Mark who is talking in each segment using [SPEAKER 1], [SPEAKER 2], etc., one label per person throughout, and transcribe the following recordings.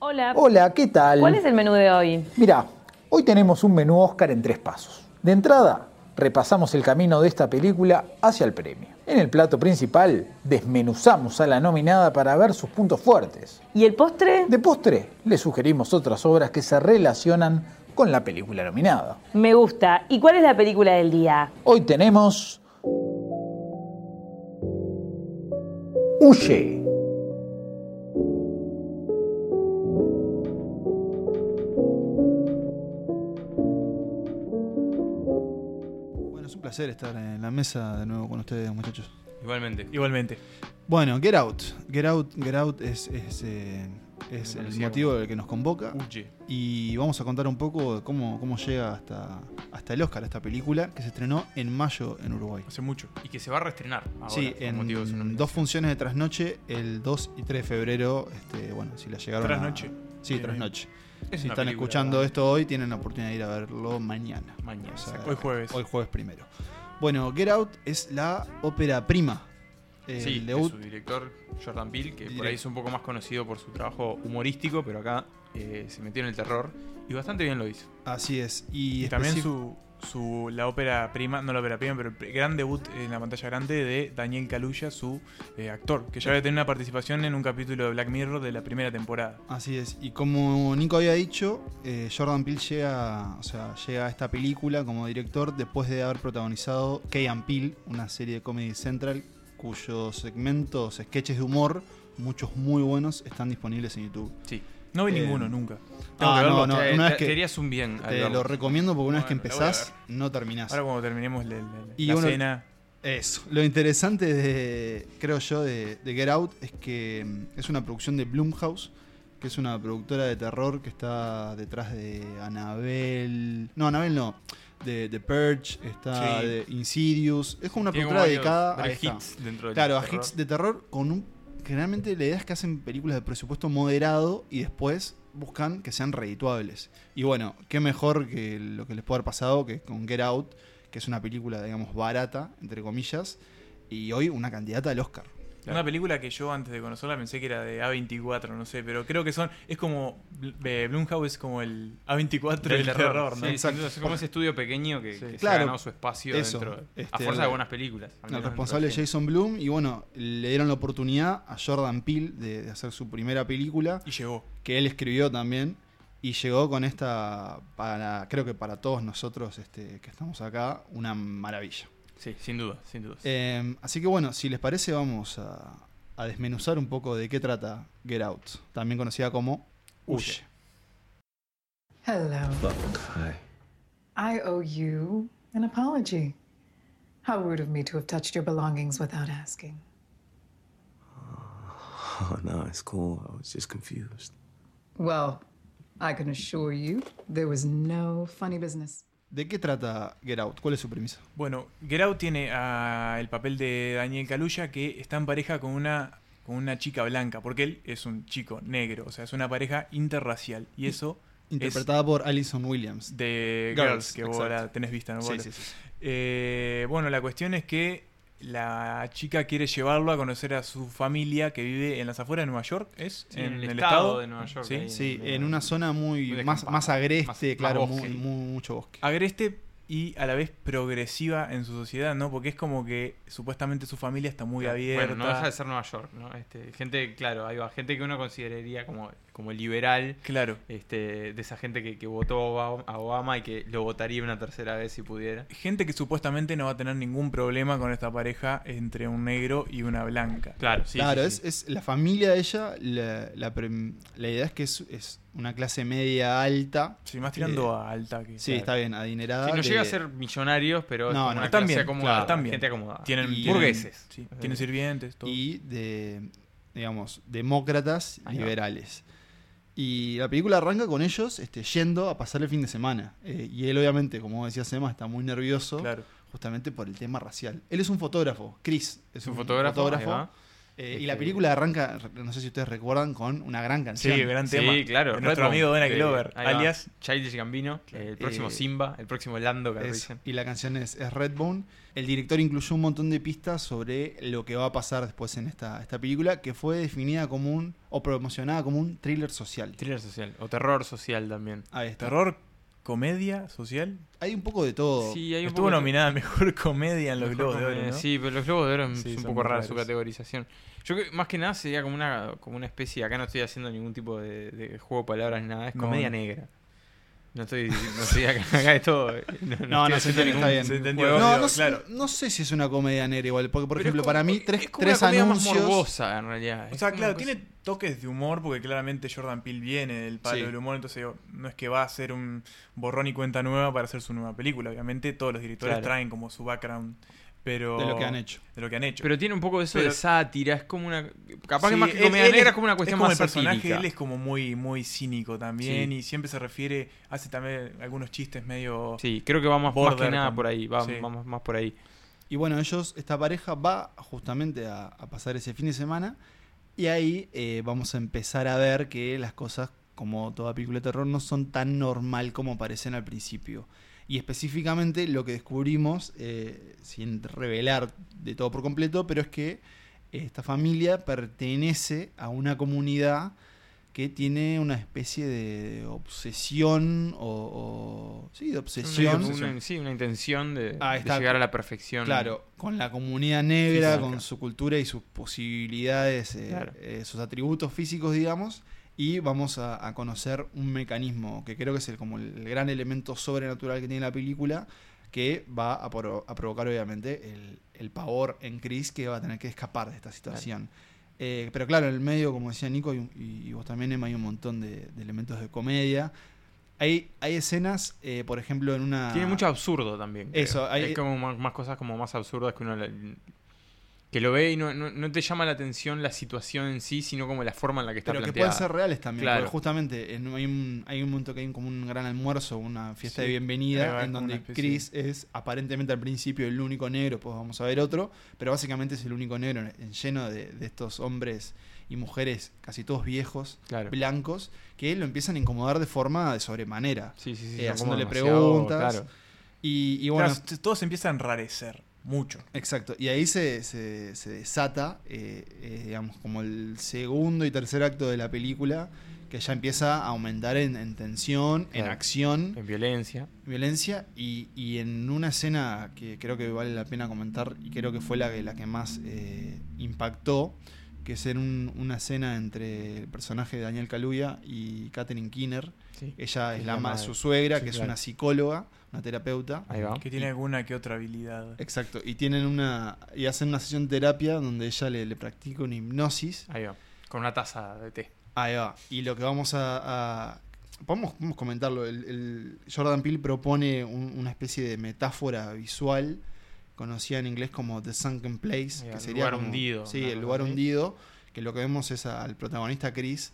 [SPEAKER 1] Hola.
[SPEAKER 2] Hola, ¿qué tal?
[SPEAKER 1] ¿Cuál es el menú de hoy?
[SPEAKER 2] Mirá, hoy tenemos un menú Oscar en tres pasos. De entrada, repasamos el camino de esta película hacia el premio. En el plato principal, desmenuzamos a la nominada para ver sus puntos fuertes.
[SPEAKER 1] ¿Y el postre?
[SPEAKER 2] De postre, le sugerimos otras obras que se relacionan con la película nominada.
[SPEAKER 1] Me gusta. ¿Y cuál es la película del día?
[SPEAKER 2] Hoy tenemos... Huye.
[SPEAKER 3] Bueno, es un placer estar en la mesa de nuevo con ustedes, muchachos.
[SPEAKER 4] Igualmente.
[SPEAKER 5] Igualmente.
[SPEAKER 3] Bueno, Get Out. Get Out, Get Out es, es, eh, es
[SPEAKER 4] Me
[SPEAKER 3] el
[SPEAKER 4] parecía
[SPEAKER 3] motivo del que nos convoca.
[SPEAKER 4] Huye.
[SPEAKER 3] Y vamos a contar un poco de cómo, cómo llega hasta, hasta el Oscar, esta película que se estrenó en mayo en Uruguay.
[SPEAKER 5] Hace mucho.
[SPEAKER 4] Y que se va a reestrenar.
[SPEAKER 5] Ah,
[SPEAKER 4] ahora,
[SPEAKER 3] sí,
[SPEAKER 4] por motivo de su
[SPEAKER 3] en
[SPEAKER 4] nominación.
[SPEAKER 3] dos funciones de trasnoche, el 2 y 3 de febrero. Este, bueno, si la llegaron a-
[SPEAKER 5] Trasnoche.
[SPEAKER 3] Sí,
[SPEAKER 5] Bien,
[SPEAKER 3] trasnoche.
[SPEAKER 4] Es
[SPEAKER 3] Si
[SPEAKER 4] una
[SPEAKER 3] están
[SPEAKER 4] película,
[SPEAKER 3] escuchando
[SPEAKER 4] ¿verdad?
[SPEAKER 3] esto hoy, tienen la oportunidad de ir a verlo mañana.
[SPEAKER 4] Mañana,
[SPEAKER 5] hoy jueves.
[SPEAKER 3] Hoy jueves primero. Bueno, Get Out es la ópera prima. El
[SPEAKER 4] sí, de
[SPEAKER 3] debut
[SPEAKER 4] su director Jordan Peele, que por
[SPEAKER 3] Direct-
[SPEAKER 4] ahí es un poco más conocido por su trabajo humorístico, pero acá eh, se metió en el terror y bastante bien lo hizo.
[SPEAKER 3] Así es. Y,
[SPEAKER 5] Y, también
[SPEAKER 3] especi-
[SPEAKER 5] su, su la ópera prima, no la ópera prima, pero el pr- gran debut en la pantalla grande de Daniel Kaluuya, su eh, actor, que ya había tenido una participación en un capítulo de Black Mirror de la primera temporada.
[SPEAKER 3] Así es. Y como Nico había dicho, eh, Jordan Peele llega, o sea, llega a esta película como director después de haber protagonizado Key and Peele, una serie de Comedy Central cuyos segmentos, sketches de humor, muchos muy buenos, están disponibles en YouTube.
[SPEAKER 4] Sí.
[SPEAKER 5] No vi
[SPEAKER 3] Eh,
[SPEAKER 5] ninguno nunca.
[SPEAKER 4] Tengo
[SPEAKER 3] Ah,
[SPEAKER 4] que verlo.
[SPEAKER 3] no, no,
[SPEAKER 4] Te-
[SPEAKER 3] una
[SPEAKER 4] te-
[SPEAKER 3] vez que-
[SPEAKER 4] te harías un bien. al
[SPEAKER 3] Te
[SPEAKER 4] verlo.
[SPEAKER 3] lo recomiendo porque una vez que
[SPEAKER 4] Bueno, la voy a
[SPEAKER 3] empezás, no terminás.
[SPEAKER 5] Ahora cuando terminemos la, la- la
[SPEAKER 3] Y bueno,
[SPEAKER 5] cena,
[SPEAKER 3] Eso. Lo interesante de, creo yo, de, de Get Out es que mm, es una producción de Blumhouse, que es una productora de terror que está detrás de Annabelle. No, Annabelle no. De The Purge, está
[SPEAKER 5] Sí.
[SPEAKER 3] de Insidious. Es como una
[SPEAKER 4] Tiene
[SPEAKER 3] productora
[SPEAKER 4] varios-
[SPEAKER 3] dedicada a
[SPEAKER 4] varios
[SPEAKER 3] esta.
[SPEAKER 4] hits dentro del
[SPEAKER 3] Claro, a
[SPEAKER 4] terror.
[SPEAKER 3] hits de terror con un. Generalmente la idea es que hacen películas de presupuesto moderado y después buscan que sean redituables. Y bueno, qué mejor que lo que les puede haber pasado que con Get Out, que es una película, digamos, barata, entre comillas, y hoy una candidata al Oscar.
[SPEAKER 4] Claro.
[SPEAKER 5] una película que yo antes de conocerla pensé que era de A24, no sé, pero creo que son, es como, Bl- eh, Blumhouse es como el A24 del, terror, ¿no?
[SPEAKER 4] Sí,
[SPEAKER 3] Exacto.
[SPEAKER 4] sin duda, es como ese estudio pequeño que,
[SPEAKER 5] Sí.
[SPEAKER 4] que se ha
[SPEAKER 3] Claro.
[SPEAKER 4] ganado su espacio
[SPEAKER 3] Eso,
[SPEAKER 4] dentro. a
[SPEAKER 3] este,
[SPEAKER 4] fuerza
[SPEAKER 3] el-
[SPEAKER 4] de buenas películas. al
[SPEAKER 3] El
[SPEAKER 4] menos
[SPEAKER 3] responsable es
[SPEAKER 4] dentro del
[SPEAKER 3] Jason Bloom, y bueno, le dieron la oportunidad a Jordan Peele de- de hacer su primera película.
[SPEAKER 5] Y llegó.
[SPEAKER 3] que él escribió también y llegó con esta para creo que para todos nosotros este, que estamos acá una maravilla
[SPEAKER 4] cine. Sí, sin duda, sin duda.
[SPEAKER 3] Eh, así que bueno si les parece vamos a, a desmenuzar un poco de qué trata Get Out también conocida como Huye
[SPEAKER 6] Hello. I owe you an apology. How rude of me to have touched your belongings without asking.
[SPEAKER 7] Oh, no, it's cool. I was just confused.
[SPEAKER 6] Well, I can assure you there was no funny business.
[SPEAKER 3] de qué trata Get Out cuál es su premisa
[SPEAKER 5] Bueno, Get Out tiene ah, el papel de Daniel Kaluuya que está en pareja con una con una chica blanca, porque él es un chico negro, o sea, es una pareja interracial y eso
[SPEAKER 3] interpretada por Alison Williams
[SPEAKER 5] es de
[SPEAKER 3] Girls,
[SPEAKER 5] Girls, que vos
[SPEAKER 3] exacto.
[SPEAKER 5] la tenés
[SPEAKER 4] Ah,
[SPEAKER 5] vista, ¿no?
[SPEAKER 3] Sí,
[SPEAKER 5] Pablo?
[SPEAKER 3] sí, sí, sí.
[SPEAKER 5] Eh, bueno, la cuestión es que la chica quiere llevarlo a conocer a su familia que vive en las afueras de Nueva York, ¿es?
[SPEAKER 4] Sí, en el estado de Nueva York,
[SPEAKER 5] ¿sí?
[SPEAKER 4] ahí.
[SPEAKER 3] Sí, en una zona muy,
[SPEAKER 4] Muy
[SPEAKER 3] más,
[SPEAKER 4] descampada.
[SPEAKER 3] más agreste
[SPEAKER 4] Más- más
[SPEAKER 3] claro
[SPEAKER 4] bosque. Ah,
[SPEAKER 3] muy- muy- mucho bosque
[SPEAKER 5] agreste y a la vez progresiva en su sociedad, ¿no? Porque es como que supuestamente su familia está muy abierta.
[SPEAKER 4] Bueno, no deja de ser Nueva York, ¿no? Este, gente, claro, ahí va, gente que uno consideraría como, como liberal,
[SPEAKER 5] Claro.
[SPEAKER 4] este, de esa gente que, que votó a Obama- a Obama y que lo votaría una tercera vez si pudiera.
[SPEAKER 5] Gente que supuestamente no va a tener ningún problema con esta pareja entre un negro y una blanca.
[SPEAKER 4] Claro, sí.
[SPEAKER 3] claro,
[SPEAKER 4] sí,
[SPEAKER 3] es,
[SPEAKER 4] sí.
[SPEAKER 3] es la familia de ella, la, la pre- la idea es que es, es una clase media alta. eh,
[SPEAKER 5] Sí, más tirando a alta que.
[SPEAKER 3] Sí, está bien, adinerada.
[SPEAKER 4] Sí, no
[SPEAKER 3] de-
[SPEAKER 4] llega a ser millonarios, pero es
[SPEAKER 3] No,
[SPEAKER 4] como
[SPEAKER 3] no,
[SPEAKER 4] una
[SPEAKER 5] están
[SPEAKER 4] clase
[SPEAKER 5] bien,
[SPEAKER 4] acomodada,
[SPEAKER 5] claro, están bien.
[SPEAKER 4] gente acomodada.
[SPEAKER 5] Tienen,
[SPEAKER 3] Y-
[SPEAKER 5] tienen-
[SPEAKER 4] burgueses.
[SPEAKER 5] sí, tienen sirvientes, todo.
[SPEAKER 3] Y de, digamos, demócratas
[SPEAKER 4] Ahí va.
[SPEAKER 3] liberales. Y la película arranca con ellos este, yendo a pasar el fin de semana. Eh, y él, obviamente, como decía Sema, está muy nervioso
[SPEAKER 5] Claro.
[SPEAKER 3] justamente por el tema racial. Él es un fotógrafo, Chris. Es
[SPEAKER 4] Es un fotógrafo. ahí va.
[SPEAKER 3] Eh, y la película arranca, no sé si ustedes recuerdan, con una gran
[SPEAKER 5] Sí,
[SPEAKER 3] canción.
[SPEAKER 5] gran
[SPEAKER 4] Sí,
[SPEAKER 5] tema.
[SPEAKER 4] claro.
[SPEAKER 5] De nuestro
[SPEAKER 4] Redbone,
[SPEAKER 5] amigo Ben
[SPEAKER 4] eh,
[SPEAKER 5] Glover,
[SPEAKER 4] ahí va.
[SPEAKER 5] alias.
[SPEAKER 4] Childish Gambino, el próximo
[SPEAKER 3] Eh,
[SPEAKER 4] Simba, el próximo Lando que
[SPEAKER 3] Es-
[SPEAKER 4] dicen.
[SPEAKER 3] y la canción es, es Redbone. El director incluyó un montón de pistas sobre lo que va a pasar después en esta, esta película, que fue definida como un, o promocionada como un thriller social.
[SPEAKER 4] Thriller social o terror social también.
[SPEAKER 3] Ahí está.
[SPEAKER 5] Terror, comedia, social.
[SPEAKER 3] Hay un poco de todo.
[SPEAKER 4] Sí, hay un
[SPEAKER 5] Estuvo
[SPEAKER 4] poco de-
[SPEAKER 5] nominada a mejor comedia en los
[SPEAKER 4] Mejor
[SPEAKER 5] Globos de Oro.
[SPEAKER 4] comedia.
[SPEAKER 5] ¿no?
[SPEAKER 4] Sí, pero los globos de oro es
[SPEAKER 5] Sí,
[SPEAKER 4] un
[SPEAKER 5] son
[SPEAKER 4] poco
[SPEAKER 5] muy
[SPEAKER 4] rara su
[SPEAKER 5] raros.
[SPEAKER 4] categorización. Yo creo que más que nada sería como una, como una especie, acá no estoy haciendo ningún tipo de, de juego de palabras ni nada, es
[SPEAKER 5] No,
[SPEAKER 4] comedia
[SPEAKER 5] no.
[SPEAKER 4] negra. No estoy, no estoy acá, acá es todo. eh. No,
[SPEAKER 3] No,
[SPEAKER 4] estoy
[SPEAKER 3] no, se
[SPEAKER 4] haciendo
[SPEAKER 3] entiende,
[SPEAKER 4] ningún
[SPEAKER 3] está bien.
[SPEAKER 5] se entendió.
[SPEAKER 4] juego.
[SPEAKER 3] No,
[SPEAKER 5] Obvio,
[SPEAKER 3] no, sé-
[SPEAKER 5] claro.
[SPEAKER 3] no sé si es una comedia negra igual, porque por
[SPEAKER 4] Pero es
[SPEAKER 3] ejemplo,
[SPEAKER 4] como-
[SPEAKER 3] para mí tres,
[SPEAKER 4] es como una
[SPEAKER 3] tres
[SPEAKER 4] comedia más
[SPEAKER 3] anuncios...
[SPEAKER 4] morbosa en realidad.
[SPEAKER 5] O
[SPEAKER 4] Es
[SPEAKER 5] sea,
[SPEAKER 4] una
[SPEAKER 5] claro,
[SPEAKER 4] cosa-
[SPEAKER 5] tiene toques de humor porque claramente Jordan Peele viene del palo
[SPEAKER 3] Sí.
[SPEAKER 5] del humor, entonces digo, no es que va a hacer un borrón y cuenta nueva para hacer su nueva película. Obviamente todos los directores
[SPEAKER 4] Claro.
[SPEAKER 5] traen como su background, pero
[SPEAKER 3] De lo que han hecho.
[SPEAKER 5] De lo que han hecho.
[SPEAKER 4] Pero tiene un poco de eso de
[SPEAKER 5] Pero-
[SPEAKER 4] sátira, es como una. Capaz que
[SPEAKER 5] Sí,
[SPEAKER 4] más que
[SPEAKER 5] él-
[SPEAKER 4] comedia
[SPEAKER 5] él
[SPEAKER 4] negra es como una cuestión
[SPEAKER 5] es como
[SPEAKER 4] más
[SPEAKER 5] el personaje,
[SPEAKER 4] satírica.
[SPEAKER 5] él es como muy muy cínico también
[SPEAKER 4] Sí.
[SPEAKER 5] y siempre se refiere, hace también algunos chistes medio
[SPEAKER 4] Sí, creo que va más, más que
[SPEAKER 5] Border
[SPEAKER 4] nada
[SPEAKER 5] con-
[SPEAKER 4] por ahí. Va,
[SPEAKER 5] sí.
[SPEAKER 4] va más, más por ahí.
[SPEAKER 3] Y bueno, ellos, esta pareja va justamente a, a pasar ese fin de semana y ahí eh, vamos a empezar a ver que las cosas, como toda película de terror, no son tan normal como parecen al principio. Y específicamente lo que descubrimos, eh, sin revelar de todo por completo, pero es que esta familia pertenece a una comunidad que tiene una especie de obsesión o... o- sí, de obsesión.
[SPEAKER 4] Una- una- sí, una intención de,
[SPEAKER 3] Ah,
[SPEAKER 4] de
[SPEAKER 3] está.
[SPEAKER 4] llegar a la perfección.
[SPEAKER 3] Claro, con la comunidad negra,
[SPEAKER 4] Física.
[SPEAKER 3] con su cultura y sus posibilidades, eh,
[SPEAKER 4] Claro.
[SPEAKER 3] eh, sus atributos físicos, digamos, y vamos a, a conocer un mecanismo que creo que es el, como el gran elemento sobrenatural que tiene la película, que va a, pro- a provocar obviamente el, el pavor en Chris que va a tener que escapar de esta situación. Eh, pero claro, en el medio, como decía Nico y, y vos también, Emma, hay un montón de, de elementos de comedia. Hay, hay escenas, eh, por ejemplo, en una...
[SPEAKER 4] Tiene mucho absurdo también. creo.
[SPEAKER 3] Eso, hay-
[SPEAKER 4] hay como más, más cosas como más absurdas que uno le- que lo ve y no, no- no te llama la atención la situación en sí, sino como la forma en la que está
[SPEAKER 3] Pero que
[SPEAKER 4] planteada.
[SPEAKER 3] pueden ser reales también.
[SPEAKER 4] Claro.
[SPEAKER 3] Porque justamente en- hay, un, hay un momento que hay un- como un gran almuerzo, una fiesta
[SPEAKER 5] Sí,
[SPEAKER 3] de
[SPEAKER 5] ahí va,
[SPEAKER 3] bienvenida, en
[SPEAKER 5] como una
[SPEAKER 3] donde
[SPEAKER 5] especie-
[SPEAKER 3] Chris es aparentemente al principio el único negro, pues vamos a ver otro, pero básicamente es el único negro en- en lleno de, de estos hombres y mujeres, casi todos viejos,
[SPEAKER 4] Claro.
[SPEAKER 3] blancos, que lo empiezan a incomodar de forma de sobremanera.
[SPEAKER 4] Sí, sí, sí.
[SPEAKER 3] eh,
[SPEAKER 4] son como
[SPEAKER 3] haciéndole
[SPEAKER 4] demasiado-
[SPEAKER 3] preguntas.
[SPEAKER 4] claro.
[SPEAKER 3] Y, y bueno,
[SPEAKER 5] Claro, t- todo se empieza a enrarecer mucho.
[SPEAKER 3] Exacto, y ahí se, se- se desata, eh, eh, digamos, como el segundo y tercer acto de la película, que ya empieza a aumentar en, en tensión, en
[SPEAKER 4] Claro.
[SPEAKER 3] acción,
[SPEAKER 4] En violencia.
[SPEAKER 3] violencia, y, y en una escena que creo que vale la pena comentar, y creo que fue la que, la que más eh, impactó, que es en un- una escena entre el personaje de Daniel Kaluuya y Katherine Kinner.
[SPEAKER 4] Sí.
[SPEAKER 3] Ella es
[SPEAKER 4] Es
[SPEAKER 3] la,
[SPEAKER 4] la
[SPEAKER 3] ma-
[SPEAKER 4] madre.
[SPEAKER 3] su suegra,
[SPEAKER 4] Sí,
[SPEAKER 3] que es
[SPEAKER 4] claro.
[SPEAKER 3] una psicóloga, una terapeuta.
[SPEAKER 4] Ahí va.
[SPEAKER 5] Que tiene alguna que otra habilidad.
[SPEAKER 3] Exacto, y tienen una y hacen una sesión de terapia donde ella le, le practica una hipnosis.
[SPEAKER 4] Ahí va. Con una taza de té.
[SPEAKER 3] Ahí va. Y lo que vamos a, a- podemos, podemos comentarlo. El, el- Jordan Peele propone un- una especie de metáfora visual conocida en inglés como the sunken place,
[SPEAKER 4] Ahí va,
[SPEAKER 3] que
[SPEAKER 4] el
[SPEAKER 3] sería
[SPEAKER 4] lugar
[SPEAKER 3] como-
[SPEAKER 4] hundido,
[SPEAKER 3] Sí,
[SPEAKER 4] una
[SPEAKER 3] el
[SPEAKER 4] cosa
[SPEAKER 3] lugar
[SPEAKER 4] así.
[SPEAKER 3] hundido, que lo que vemos es al protagonista Chris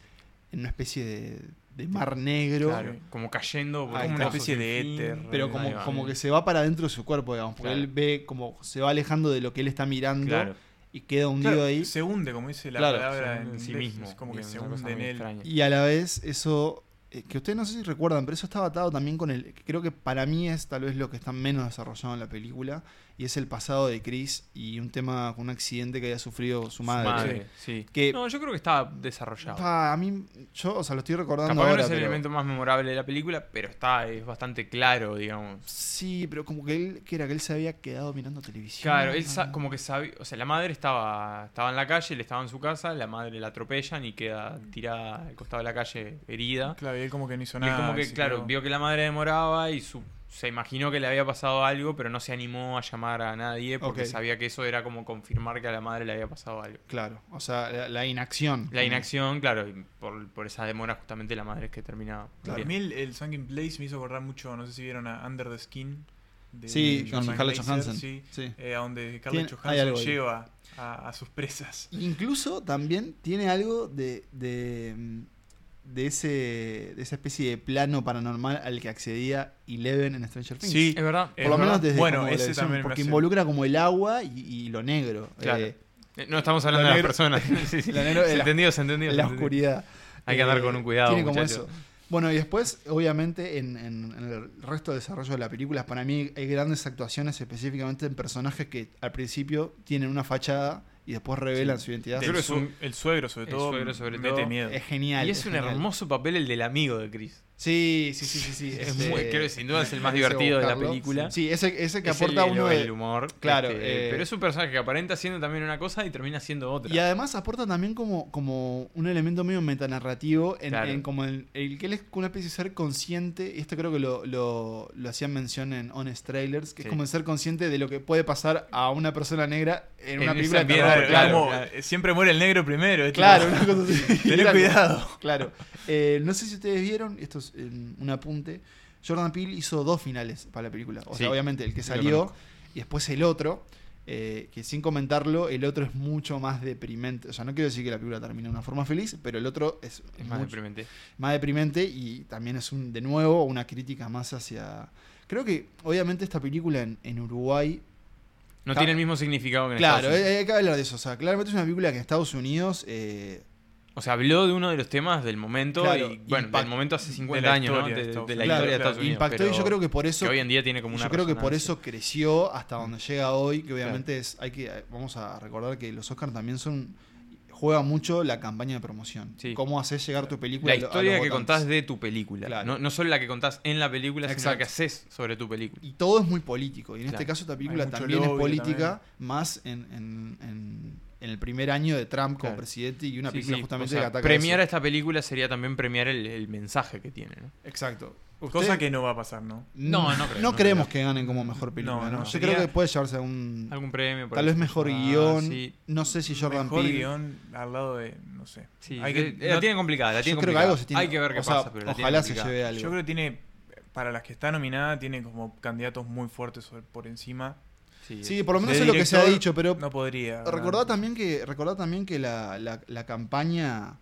[SPEAKER 3] en una especie de, de mar negro.
[SPEAKER 4] Claro. Como cayendo por
[SPEAKER 3] Ahí
[SPEAKER 4] un
[SPEAKER 3] está.
[SPEAKER 4] pozo sin
[SPEAKER 5] especie de
[SPEAKER 4] fin.
[SPEAKER 5] éter.
[SPEAKER 3] Pero
[SPEAKER 4] Ahí
[SPEAKER 3] como,
[SPEAKER 4] va.
[SPEAKER 3] como que se va para dentro de su cuerpo, digamos, porque
[SPEAKER 4] Claro.
[SPEAKER 3] él ve como se va alejando de lo que él está mirando
[SPEAKER 4] Claro.
[SPEAKER 3] y queda hundido
[SPEAKER 5] Claro,
[SPEAKER 3] ahí.
[SPEAKER 5] Se hunde, como dice la
[SPEAKER 3] Claro,
[SPEAKER 5] palabra
[SPEAKER 4] se hunde
[SPEAKER 5] en sí mismo. Es como que
[SPEAKER 4] Bien,
[SPEAKER 5] se
[SPEAKER 4] una cosa
[SPEAKER 5] hunde en
[SPEAKER 4] muy
[SPEAKER 5] él.
[SPEAKER 4] extraña.
[SPEAKER 3] Y a la vez eso, eh, que ustedes no sé si recuerdan, pero eso estaba atado también con el, creo que para mí es tal vez lo que está menos desarrollado en la película, y es el pasado de Chris y un tema con un accidente que había sufrido su madre.
[SPEAKER 4] Madre, sí.
[SPEAKER 3] Que-
[SPEAKER 4] No, yo creo que estaba desarrollado.
[SPEAKER 3] Pa, a mí, yo, o sea, lo estoy recordando
[SPEAKER 4] Capaz que no
[SPEAKER 3] ahora.
[SPEAKER 4] es el
[SPEAKER 3] pero-
[SPEAKER 4] elemento más memorable de la película, pero está, es bastante claro, digamos.
[SPEAKER 3] Sí, pero como que él, que era que él se había quedado mirando televisión.
[SPEAKER 4] Claro, él
[SPEAKER 3] ¿no?
[SPEAKER 4] sa- como que sabía, o sea, la madre estaba, estaba en la calle, él estaba en su casa, la madre la atropellan y queda tirada al costado de la calle herida.
[SPEAKER 5] Claro, y él como que no hizo
[SPEAKER 4] Y
[SPEAKER 5] nada.
[SPEAKER 4] es como que,
[SPEAKER 5] se
[SPEAKER 4] claro,
[SPEAKER 5] quedó-
[SPEAKER 4] vio que la madre demoraba y su- se imaginó que le había pasado algo, pero no se animó a llamar a nadie porque
[SPEAKER 3] Ok.
[SPEAKER 4] sabía que eso era como confirmar que a la madre le había pasado algo.
[SPEAKER 3] Claro, o sea, la, la inacción.
[SPEAKER 4] La inacción, claro, y por, por esa demora justamente la madre es que termina.
[SPEAKER 5] Claro, a
[SPEAKER 4] muriendo.
[SPEAKER 5] mí el, el Sunken Place me hizo acordar mucho, no sé si vieron a Under the Skin. De
[SPEAKER 3] Sí, con
[SPEAKER 5] Jordan
[SPEAKER 3] Scarlett
[SPEAKER 5] Glazer,
[SPEAKER 3] Johansson.
[SPEAKER 5] Sí,
[SPEAKER 3] Sí.
[SPEAKER 5] eh, a donde
[SPEAKER 3] Tiene-
[SPEAKER 5] Scarlett
[SPEAKER 3] hay
[SPEAKER 5] Johansson
[SPEAKER 3] algo ahí.
[SPEAKER 5] lleva a, a sus presas.
[SPEAKER 3] Incluso también tiene algo de, de, mm, de ese, de esa especie de plano paranormal al que accedía Eleven en Stranger Things.
[SPEAKER 5] Sí,
[SPEAKER 4] Es verdad.
[SPEAKER 3] Por lo
[SPEAKER 5] verdad.
[SPEAKER 3] menos desde
[SPEAKER 5] Bueno,
[SPEAKER 3] como la
[SPEAKER 5] ese
[SPEAKER 3] visión,
[SPEAKER 5] también me
[SPEAKER 3] porque
[SPEAKER 5] hace-
[SPEAKER 3] involucra como el agua y, y lo negro.
[SPEAKER 4] Claro.
[SPEAKER 3] Eh,
[SPEAKER 4] Eh, No estamos hablando
[SPEAKER 3] Lo
[SPEAKER 4] de las
[SPEAKER 3] negro-
[SPEAKER 4] personas. Sí, sí.
[SPEAKER 3] lo negro de
[SPEAKER 4] Se
[SPEAKER 3] la-
[SPEAKER 4] entendido, se entendió. se
[SPEAKER 3] la
[SPEAKER 4] entendió.
[SPEAKER 3] oscuridad. Eh,
[SPEAKER 4] Hay que andar con un cuidado,
[SPEAKER 3] Tiene como
[SPEAKER 4] muchacho.
[SPEAKER 3] eso. Bueno, y después, obviamente, en, en- en el resto del desarrollo de la película, para mí hay grandes actuaciones, específicamente en personajes que al principio tienen una fachada y después revelan su identidad.
[SPEAKER 5] Yo creo que es un- el suegro, sobre
[SPEAKER 4] El
[SPEAKER 5] todo.
[SPEAKER 4] suegro, sobre
[SPEAKER 5] mete
[SPEAKER 4] todo.
[SPEAKER 5] miedo.
[SPEAKER 3] Es genial.
[SPEAKER 4] Y es un
[SPEAKER 3] genial.
[SPEAKER 4] hermoso papel el del amigo de Chris.
[SPEAKER 3] Sí, sí, sí, sí. sí.
[SPEAKER 4] Es
[SPEAKER 3] Este,
[SPEAKER 4] muy- creo que sin duda es el más
[SPEAKER 3] merece
[SPEAKER 4] divertido de la
[SPEAKER 3] buscarlo.
[SPEAKER 4] película.
[SPEAKER 3] Sí, ese, ese que
[SPEAKER 4] Es el-
[SPEAKER 3] aporta
[SPEAKER 4] el,
[SPEAKER 3] uno
[SPEAKER 4] el,
[SPEAKER 3] de-
[SPEAKER 4] humor.
[SPEAKER 3] claro,
[SPEAKER 4] este,
[SPEAKER 3] eh,
[SPEAKER 4] pero es un personaje que aparenta siendo también una cosa y termina siendo otra.
[SPEAKER 3] Y además aporta también como, como un elemento medio metanarrativo en,
[SPEAKER 4] Claro.
[SPEAKER 3] en como el, el que él es como una especie de ser consciente, y esto creo que lo, lo, lo hacían mención en Honest Trailers, que
[SPEAKER 4] Sí.
[SPEAKER 3] es como el ser consciente de lo que puede pasar a una persona negra en,
[SPEAKER 4] En
[SPEAKER 3] una
[SPEAKER 4] ese
[SPEAKER 3] película de
[SPEAKER 4] ambiente,
[SPEAKER 3] terror,
[SPEAKER 5] Claro,
[SPEAKER 3] claro.
[SPEAKER 5] como, eh, Siempre muere el negro primero. este, es
[SPEAKER 3] Claro,
[SPEAKER 5] tipo-
[SPEAKER 3] una cosa así.
[SPEAKER 5] Tené
[SPEAKER 3] Era como-
[SPEAKER 5] cuidado.
[SPEAKER 3] Claro. Eh, no sé si ustedes vieron, esto es eh, un apunte. Jordan Peele hizo dos finales para la película. O
[SPEAKER 4] Sí,
[SPEAKER 3] sea, obviamente el que
[SPEAKER 4] lo
[SPEAKER 3] salió
[SPEAKER 4] conozco.
[SPEAKER 3] y después el otro. eh, que sin comentarlo, el otro es mucho más deprimente. O sea, no quiero decir que la película termine de una forma feliz, pero el otro es,
[SPEAKER 4] es más
[SPEAKER 3] mucho-
[SPEAKER 4] deprimente.
[SPEAKER 3] más deprimente y también es un, de nuevo una crítica más hacia. Creo que obviamente esta película en, en Uruguay
[SPEAKER 4] No
[SPEAKER 3] Está-
[SPEAKER 4] tiene el mismo significado que en
[SPEAKER 3] Claro,
[SPEAKER 4] Estados Unidos.
[SPEAKER 3] eh, hay que hablar de eso. O sea, claramente es una película que en Estados Unidos. eh,
[SPEAKER 4] O sea, habló de uno de los temas del momento
[SPEAKER 3] Claro,
[SPEAKER 4] y, bueno,
[SPEAKER 3] impact-
[SPEAKER 4] del momento hace 50
[SPEAKER 5] de la
[SPEAKER 4] años, ¿no?
[SPEAKER 5] historia de
[SPEAKER 4] De,
[SPEAKER 5] Estados
[SPEAKER 4] de la
[SPEAKER 5] Unidos.
[SPEAKER 4] historia de
[SPEAKER 5] Claro,
[SPEAKER 4] Estados Unidos.
[SPEAKER 3] impactó y yo
[SPEAKER 4] pero
[SPEAKER 3] creo que por eso.
[SPEAKER 4] que hoy en día tiene como una
[SPEAKER 3] yo creo que por
[SPEAKER 4] resonancia.
[SPEAKER 3] eso creció hasta donde llega hoy, que obviamente es. Hay que. Vamos a recordar que los Oscars también son. juega mucho la campaña de promoción.
[SPEAKER 4] Sí.
[SPEAKER 3] Cómo haces llegar tu película.
[SPEAKER 4] La
[SPEAKER 3] a lo- a
[SPEAKER 4] historia
[SPEAKER 3] los
[SPEAKER 4] que
[SPEAKER 3] votantes.
[SPEAKER 4] contás de tu película.
[SPEAKER 3] Claro.
[SPEAKER 4] No, no solo la que contás en la película, sino la
[SPEAKER 3] Exacto.
[SPEAKER 4] que haces sobre tu película.
[SPEAKER 3] Y todo es muy político. Y en este
[SPEAKER 4] Claro.
[SPEAKER 3] caso esta película
[SPEAKER 5] mucho
[SPEAKER 3] también es
[SPEAKER 5] lobby
[SPEAKER 3] política, más en, en- en- en el primer año de Trump como
[SPEAKER 4] Claro.
[SPEAKER 3] presidente y una
[SPEAKER 4] Sí,
[SPEAKER 3] película
[SPEAKER 4] sí,
[SPEAKER 3] justamente
[SPEAKER 4] o sea,
[SPEAKER 3] que ataca
[SPEAKER 4] Premiar a
[SPEAKER 3] eso.
[SPEAKER 4] esta película sería también premiar el, el mensaje que tiene, ¿no?
[SPEAKER 3] Exacto.
[SPEAKER 5] Cosa
[SPEAKER 3] Ustedes-
[SPEAKER 5] que no va a pasar, ¿no?
[SPEAKER 4] este No, no creo, no
[SPEAKER 3] creemos
[SPEAKER 4] creo.
[SPEAKER 3] que ganen como mejor película.
[SPEAKER 5] No,
[SPEAKER 3] No,
[SPEAKER 5] no.
[SPEAKER 3] Yo
[SPEAKER 5] Sería-
[SPEAKER 3] creo que puede llevarse a un...
[SPEAKER 4] Algún premio. por
[SPEAKER 3] Mm. Tal
[SPEAKER 4] ahí.
[SPEAKER 3] vez mejor
[SPEAKER 4] Ah,
[SPEAKER 3] guión.
[SPEAKER 4] Sí,
[SPEAKER 3] No sé si Jordan
[SPEAKER 5] Mejor
[SPEAKER 3] Peele.
[SPEAKER 5] guión al lado de, no sé.
[SPEAKER 4] sí.
[SPEAKER 5] Hay
[SPEAKER 4] Eh,
[SPEAKER 5] que-
[SPEAKER 4] la
[SPEAKER 5] no-
[SPEAKER 4] tienen complicada, la
[SPEAKER 3] Yo
[SPEAKER 4] tienen
[SPEAKER 3] creo que
[SPEAKER 4] complicada.
[SPEAKER 3] algo se tiene.
[SPEAKER 4] Hay que ver qué
[SPEAKER 3] o sea,
[SPEAKER 4] pasa, pero la tienen
[SPEAKER 3] ojalá se
[SPEAKER 4] complicada.
[SPEAKER 3] lleve algo.
[SPEAKER 5] Yo creo que tiene, para las que está nominada, tiene como candidatos muy fuertes sobre- por encima.
[SPEAKER 3] Sí, por lo menos
[SPEAKER 5] De
[SPEAKER 3] es lo que se ha
[SPEAKER 5] director,
[SPEAKER 3] dicho, pero
[SPEAKER 5] No podría. ¿verdad?
[SPEAKER 3] recordá también que, recordá también que la, la- la campaña,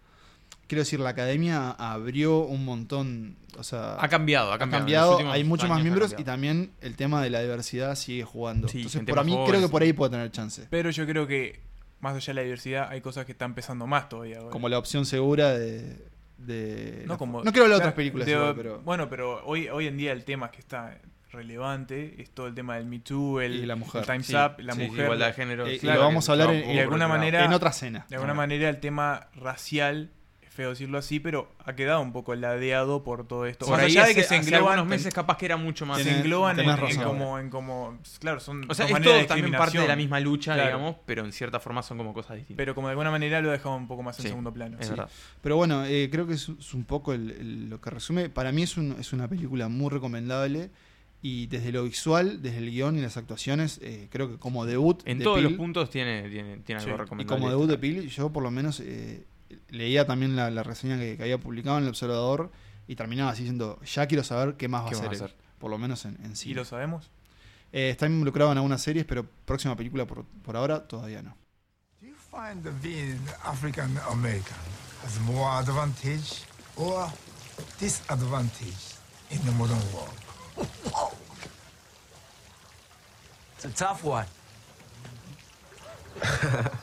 [SPEAKER 3] quiero decir, la academia abrió un montón, o sea,
[SPEAKER 4] Ha cambiado, ha
[SPEAKER 3] ha
[SPEAKER 4] cambiado. en los
[SPEAKER 3] cambiado,
[SPEAKER 4] últimos
[SPEAKER 3] hay muchos
[SPEAKER 4] años
[SPEAKER 3] más
[SPEAKER 4] ha
[SPEAKER 3] miembros y
[SPEAKER 4] cambiado.
[SPEAKER 3] también el tema de la diversidad sigue jugando.
[SPEAKER 4] Sí,
[SPEAKER 3] Entonces,
[SPEAKER 4] gente
[SPEAKER 3] por a
[SPEAKER 4] más
[SPEAKER 3] mí
[SPEAKER 4] joven,
[SPEAKER 3] creo que
[SPEAKER 4] sí.
[SPEAKER 3] por ahí puede tener chance.
[SPEAKER 5] Pero yo creo que, más allá de la diversidad, hay cosas que están pesando más todavía. ahora.
[SPEAKER 3] Como la opción segura de... de
[SPEAKER 5] No,
[SPEAKER 3] la-
[SPEAKER 5] como-
[SPEAKER 3] quiero hablar de
[SPEAKER 5] claro,
[SPEAKER 3] otras películas,
[SPEAKER 5] de-
[SPEAKER 3] igual, pero...
[SPEAKER 5] Bueno, pero hoy, hoy en día el tema que está relevante es todo el tema del Me Too, el,
[SPEAKER 3] Y la mujer.
[SPEAKER 5] el Time's
[SPEAKER 4] Sí,
[SPEAKER 5] Up, la
[SPEAKER 4] sí, sí,
[SPEAKER 5] mujer.
[SPEAKER 4] igualdad de género.
[SPEAKER 3] Eh,
[SPEAKER 4] sí,
[SPEAKER 3] y lo vamos a hablar
[SPEAKER 4] que
[SPEAKER 3] en-
[SPEAKER 4] está
[SPEAKER 5] y de
[SPEAKER 4] por
[SPEAKER 5] alguna
[SPEAKER 4] otro
[SPEAKER 5] manera-
[SPEAKER 4] lado.
[SPEAKER 3] en otra cena.
[SPEAKER 5] De alguna
[SPEAKER 4] Claro.
[SPEAKER 5] manera el tema racial, es feo decirlo así, pero ha quedado un poco ladeado por todo esto.
[SPEAKER 4] Por
[SPEAKER 5] Más
[SPEAKER 4] ahí
[SPEAKER 5] allá de que
[SPEAKER 4] hace-
[SPEAKER 5] se
[SPEAKER 4] hace
[SPEAKER 5] engloban,
[SPEAKER 4] algunos meses capaz que era mucho más.
[SPEAKER 5] se
[SPEAKER 3] Tenés-
[SPEAKER 5] engloban en,
[SPEAKER 3] Ah, tenés
[SPEAKER 5] en
[SPEAKER 3] razón.
[SPEAKER 5] como, en como... Claro, son
[SPEAKER 4] O sea,
[SPEAKER 5] son
[SPEAKER 4] es
[SPEAKER 5] maneras
[SPEAKER 4] todo
[SPEAKER 5] de
[SPEAKER 4] también parte de la
[SPEAKER 5] discriminación,
[SPEAKER 4] misma lucha,
[SPEAKER 5] Claro.
[SPEAKER 4] digamos, pero en cierta forma son como cosas distintas.
[SPEAKER 5] Pero como de alguna manera lo ha dejado un poco más en
[SPEAKER 4] Sí,
[SPEAKER 5] segundo plano.
[SPEAKER 4] es
[SPEAKER 5] Sí.
[SPEAKER 4] verdad.
[SPEAKER 3] Pero bueno, eh, creo que es, es un poco el- el- lo que resume. Para mí es, un- es una película muy recomendable. Y desde lo visual, desde el guión y las actuaciones, eh, creo que como debut.
[SPEAKER 4] En
[SPEAKER 3] de
[SPEAKER 4] todos los
[SPEAKER 3] Peele,
[SPEAKER 4] puntos tiene, tiene, tiene
[SPEAKER 5] Sí,
[SPEAKER 4] algo
[SPEAKER 5] y
[SPEAKER 3] Y
[SPEAKER 4] recomendable.
[SPEAKER 3] como debut de Pil, yo por lo menos eh, leía también la, la reseña que, que había publicado en El Observador. Y terminaba así diciendo: Ya quiero saber qué más va
[SPEAKER 4] ¿Qué
[SPEAKER 3] a
[SPEAKER 4] más
[SPEAKER 3] hacer.
[SPEAKER 4] va a
[SPEAKER 3] él", Por lo menos en, en sí.
[SPEAKER 5] ¿Y lo sabemos?
[SPEAKER 3] Eh, está involucrado en algunas series, pero próxima película por, por ahora todavía no.
[SPEAKER 8] Do you find being African American has more advantage or disadvantage in the modern world?
[SPEAKER 9] It's a tough one.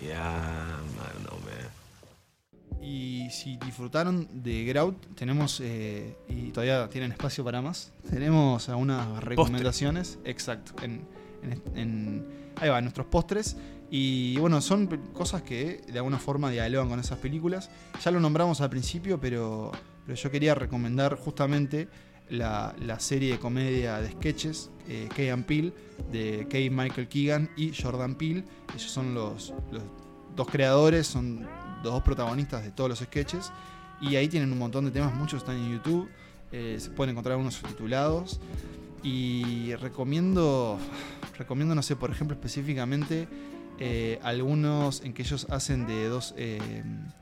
[SPEAKER 7] Yeah, um, I don't know, man.
[SPEAKER 3] Y si disfrutaron de Grout, tenemos, eh, y todavía tienen espacio para más, tenemos algunas recomendaciones. Exacto. En, en- en- ahí va, nuestros postres. Y bueno, son pe- cosas que de alguna forma dialogan con esas películas. Ya lo nombramos al principio, pero, pero yo quería recomendar justamente la, la serie de comedia de sketches, eh, Key and Peele, de Kay Michael Keegan y Jordan Peele. Ellos son los- los dos creadores, son dos protagonistas de todos los sketches. Y ahí tienen un montón de temas, muchos están en YouTube. eh, se pueden encontrar unos subtitulados. Y recomiendo, recomiendo, no sé, por ejemplo, específicamente eh, algunos en que ellos hacen de dos eh,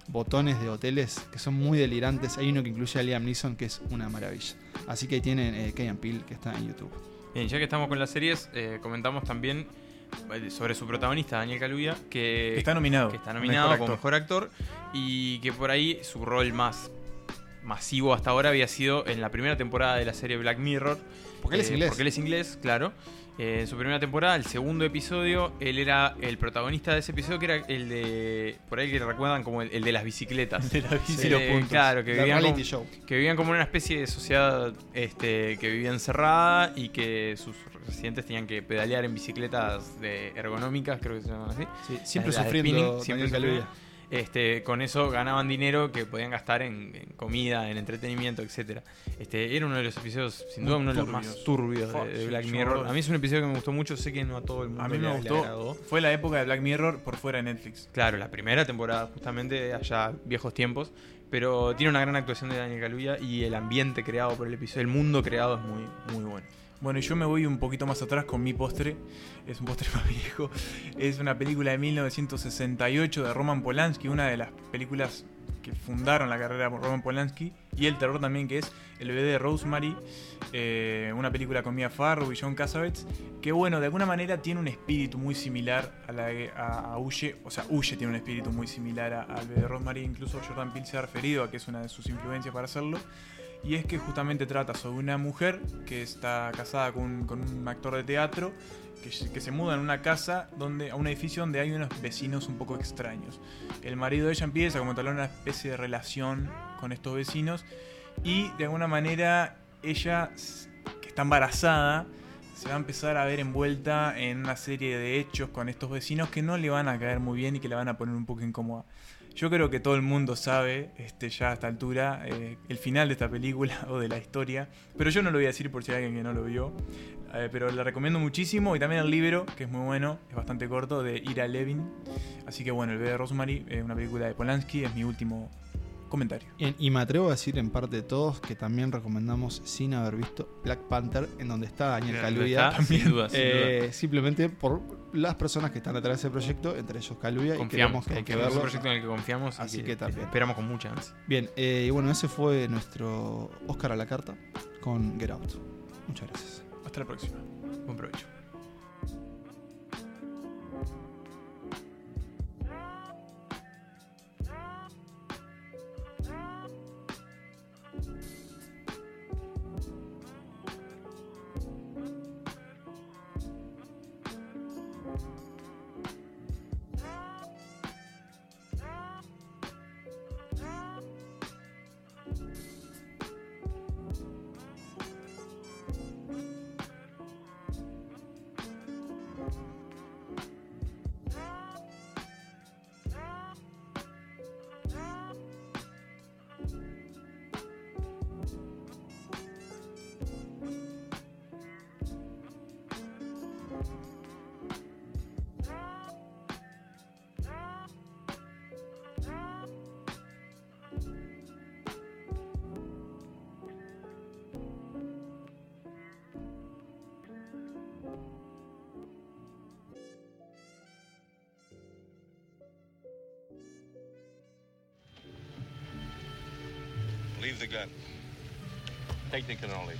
[SPEAKER 3] botones de hoteles que son muy delirantes. Hay uno que incluye a Liam Neeson, que es una maravilla. Así que ahí tienen eh, Key and Peele, que está en YouTube.
[SPEAKER 4] Bien, ya que estamos con las series, eh, comentamos también eh, sobre su protagonista, Daniel Kaluuya, que
[SPEAKER 5] Que está nominado.
[SPEAKER 4] Eh, que está nominado
[SPEAKER 5] Mejor
[SPEAKER 4] como
[SPEAKER 5] actor.
[SPEAKER 4] mejor actor y que por ahí su rol más masivo hasta ahora había sido en la primera temporada de la serie Black Mirror. Eh,
[SPEAKER 3] Porque él es inglés.
[SPEAKER 4] Porque él es inglés, claro. Eh, en su primera temporada, el segundo episodio, él era el protagonista de ese episodio, que era el de. Por ahí que recuerdan como el, el de las bicicletas.
[SPEAKER 3] De las bici
[SPEAKER 4] Sí,
[SPEAKER 3] los
[SPEAKER 4] eh,
[SPEAKER 3] puntos.
[SPEAKER 4] Claro, que
[SPEAKER 3] La
[SPEAKER 4] vivían,
[SPEAKER 3] reality
[SPEAKER 4] como,
[SPEAKER 3] show.
[SPEAKER 4] que vivían como en una especie de sociedad este, que vivía encerrada y que sus residentes tenían que pedalear en bicicletas de ergonómicas, creo que se llaman así.
[SPEAKER 3] Sí, siempre
[SPEAKER 4] Las de
[SPEAKER 3] sufriendo
[SPEAKER 4] spinning,
[SPEAKER 3] Daniel
[SPEAKER 4] siempre
[SPEAKER 3] Caluya.
[SPEAKER 4] sufriendo. Este, con eso ganaban dinero que podían gastar en, en comida, en entretenimiento, etcétera. Este, era uno de los episodios, sin
[SPEAKER 5] Muy
[SPEAKER 4] duda, uno de los
[SPEAKER 5] turbios.
[SPEAKER 4] más turbios
[SPEAKER 5] Fuck,
[SPEAKER 4] de, de
[SPEAKER 5] sí,
[SPEAKER 4] Black
[SPEAKER 5] yo
[SPEAKER 4] Mirror.
[SPEAKER 5] horror.
[SPEAKER 4] A mí es un episodio que me gustó mucho, sé que no a todo el mundo
[SPEAKER 5] A mí
[SPEAKER 4] le-
[SPEAKER 5] me
[SPEAKER 4] le
[SPEAKER 5] gustó.
[SPEAKER 4] agradó.
[SPEAKER 5] Fue la época de Black Mirror por fuera de Netflix.
[SPEAKER 4] Claro, la primera temporada, justamente, allá viejos tiempos. Pero tiene una gran actuación de Daniel Kaluuya y el ambiente creado por el episodio, el mundo creado es muy, muy bueno.
[SPEAKER 5] Bueno, y yo me voy un poquito más atrás con mi postre. Es un postre más viejo. Es una película de 1968 de Roman Polanski, una de las películas que fundaron la carrera por Roman Polanski y el terror también que es El bebé de Rosemary, eh, una película con Mia Farrow y John Cassavetes, que bueno, de alguna manera tiene un espíritu muy similar a la de- a, a Huye, o sea, Huye tiene un espíritu muy similar a- al bebé de Rosemary, incluso Jordan Peele se ha referido a que es una de sus influencias para hacerlo. Y es que justamente trata sobre una mujer que está casada con, con un actor de teatro que, que se muda en una casa, donde, a un edificio donde hay unos vecinos un poco extraños. El marido de ella empieza como tal una especie de relación con estos vecinos y de alguna manera ella, s- que está embarazada, se va a empezar a ver envuelta en una serie de hechos con estos vecinos que no le van a caer muy bien y que la van a poner un poco incómoda. Yo creo que todo el mundo sabe, este, ya a esta altura, eh, el final de esta película o de la historia. Pero yo no lo voy a decir por si hay alguien que no lo vio. Eh, pero la recomiendo muchísimo. Y también el libro, que es muy bueno, es bastante corto, de Ira Levin. Así que bueno, El bebé de Rosemary, eh, una película de Polanski, es mi último comentario.
[SPEAKER 3] Y, y me atrevo a decir en parte de todos que también recomendamos sin haber visto Black Panther, en donde está Daniel Kaluuya.
[SPEAKER 4] Está, sin duda, sin
[SPEAKER 3] Eh,
[SPEAKER 4] duda.
[SPEAKER 3] simplemente por las personas que están detrás de ese proyecto, entre ellos Kaluuya, y
[SPEAKER 4] Confiamos,
[SPEAKER 3] creemos que hay que
[SPEAKER 4] confiamos, es un
[SPEAKER 3] verlo.
[SPEAKER 4] proyecto en el que confiamos y
[SPEAKER 3] Así que también.
[SPEAKER 4] esperamos con mucha ansia.
[SPEAKER 3] Bien, eh, y bueno, ese fue nuestro Oscar a la carta con Get Out. Muchas gracias.
[SPEAKER 5] Hasta la próxima.
[SPEAKER 4] Buen provecho.
[SPEAKER 7] Leave the gun. Take the cannoli.